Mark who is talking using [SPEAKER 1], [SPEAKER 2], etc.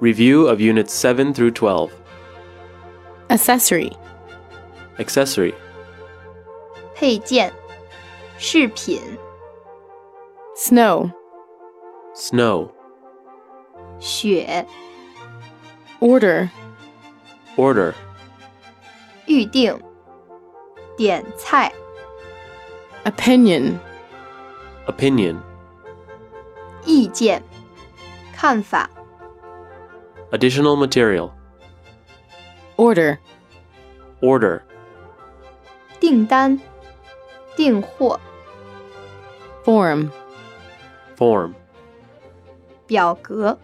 [SPEAKER 1] Review of Units 7 through 12.
[SPEAKER 2] accessory,
[SPEAKER 1] Accessory.
[SPEAKER 3] 配件、饰品、
[SPEAKER 2] snow,
[SPEAKER 1] Snow.
[SPEAKER 3] 雪、
[SPEAKER 2] order,
[SPEAKER 1] Order.
[SPEAKER 3] 预定、点菜、
[SPEAKER 2] opinion,
[SPEAKER 1] Opinion.
[SPEAKER 3] 意见、看法、
[SPEAKER 1] Additional material.
[SPEAKER 2] order,
[SPEAKER 1] Order.
[SPEAKER 3] 订单、订货、
[SPEAKER 2] form,
[SPEAKER 1] Form.
[SPEAKER 3] 表格、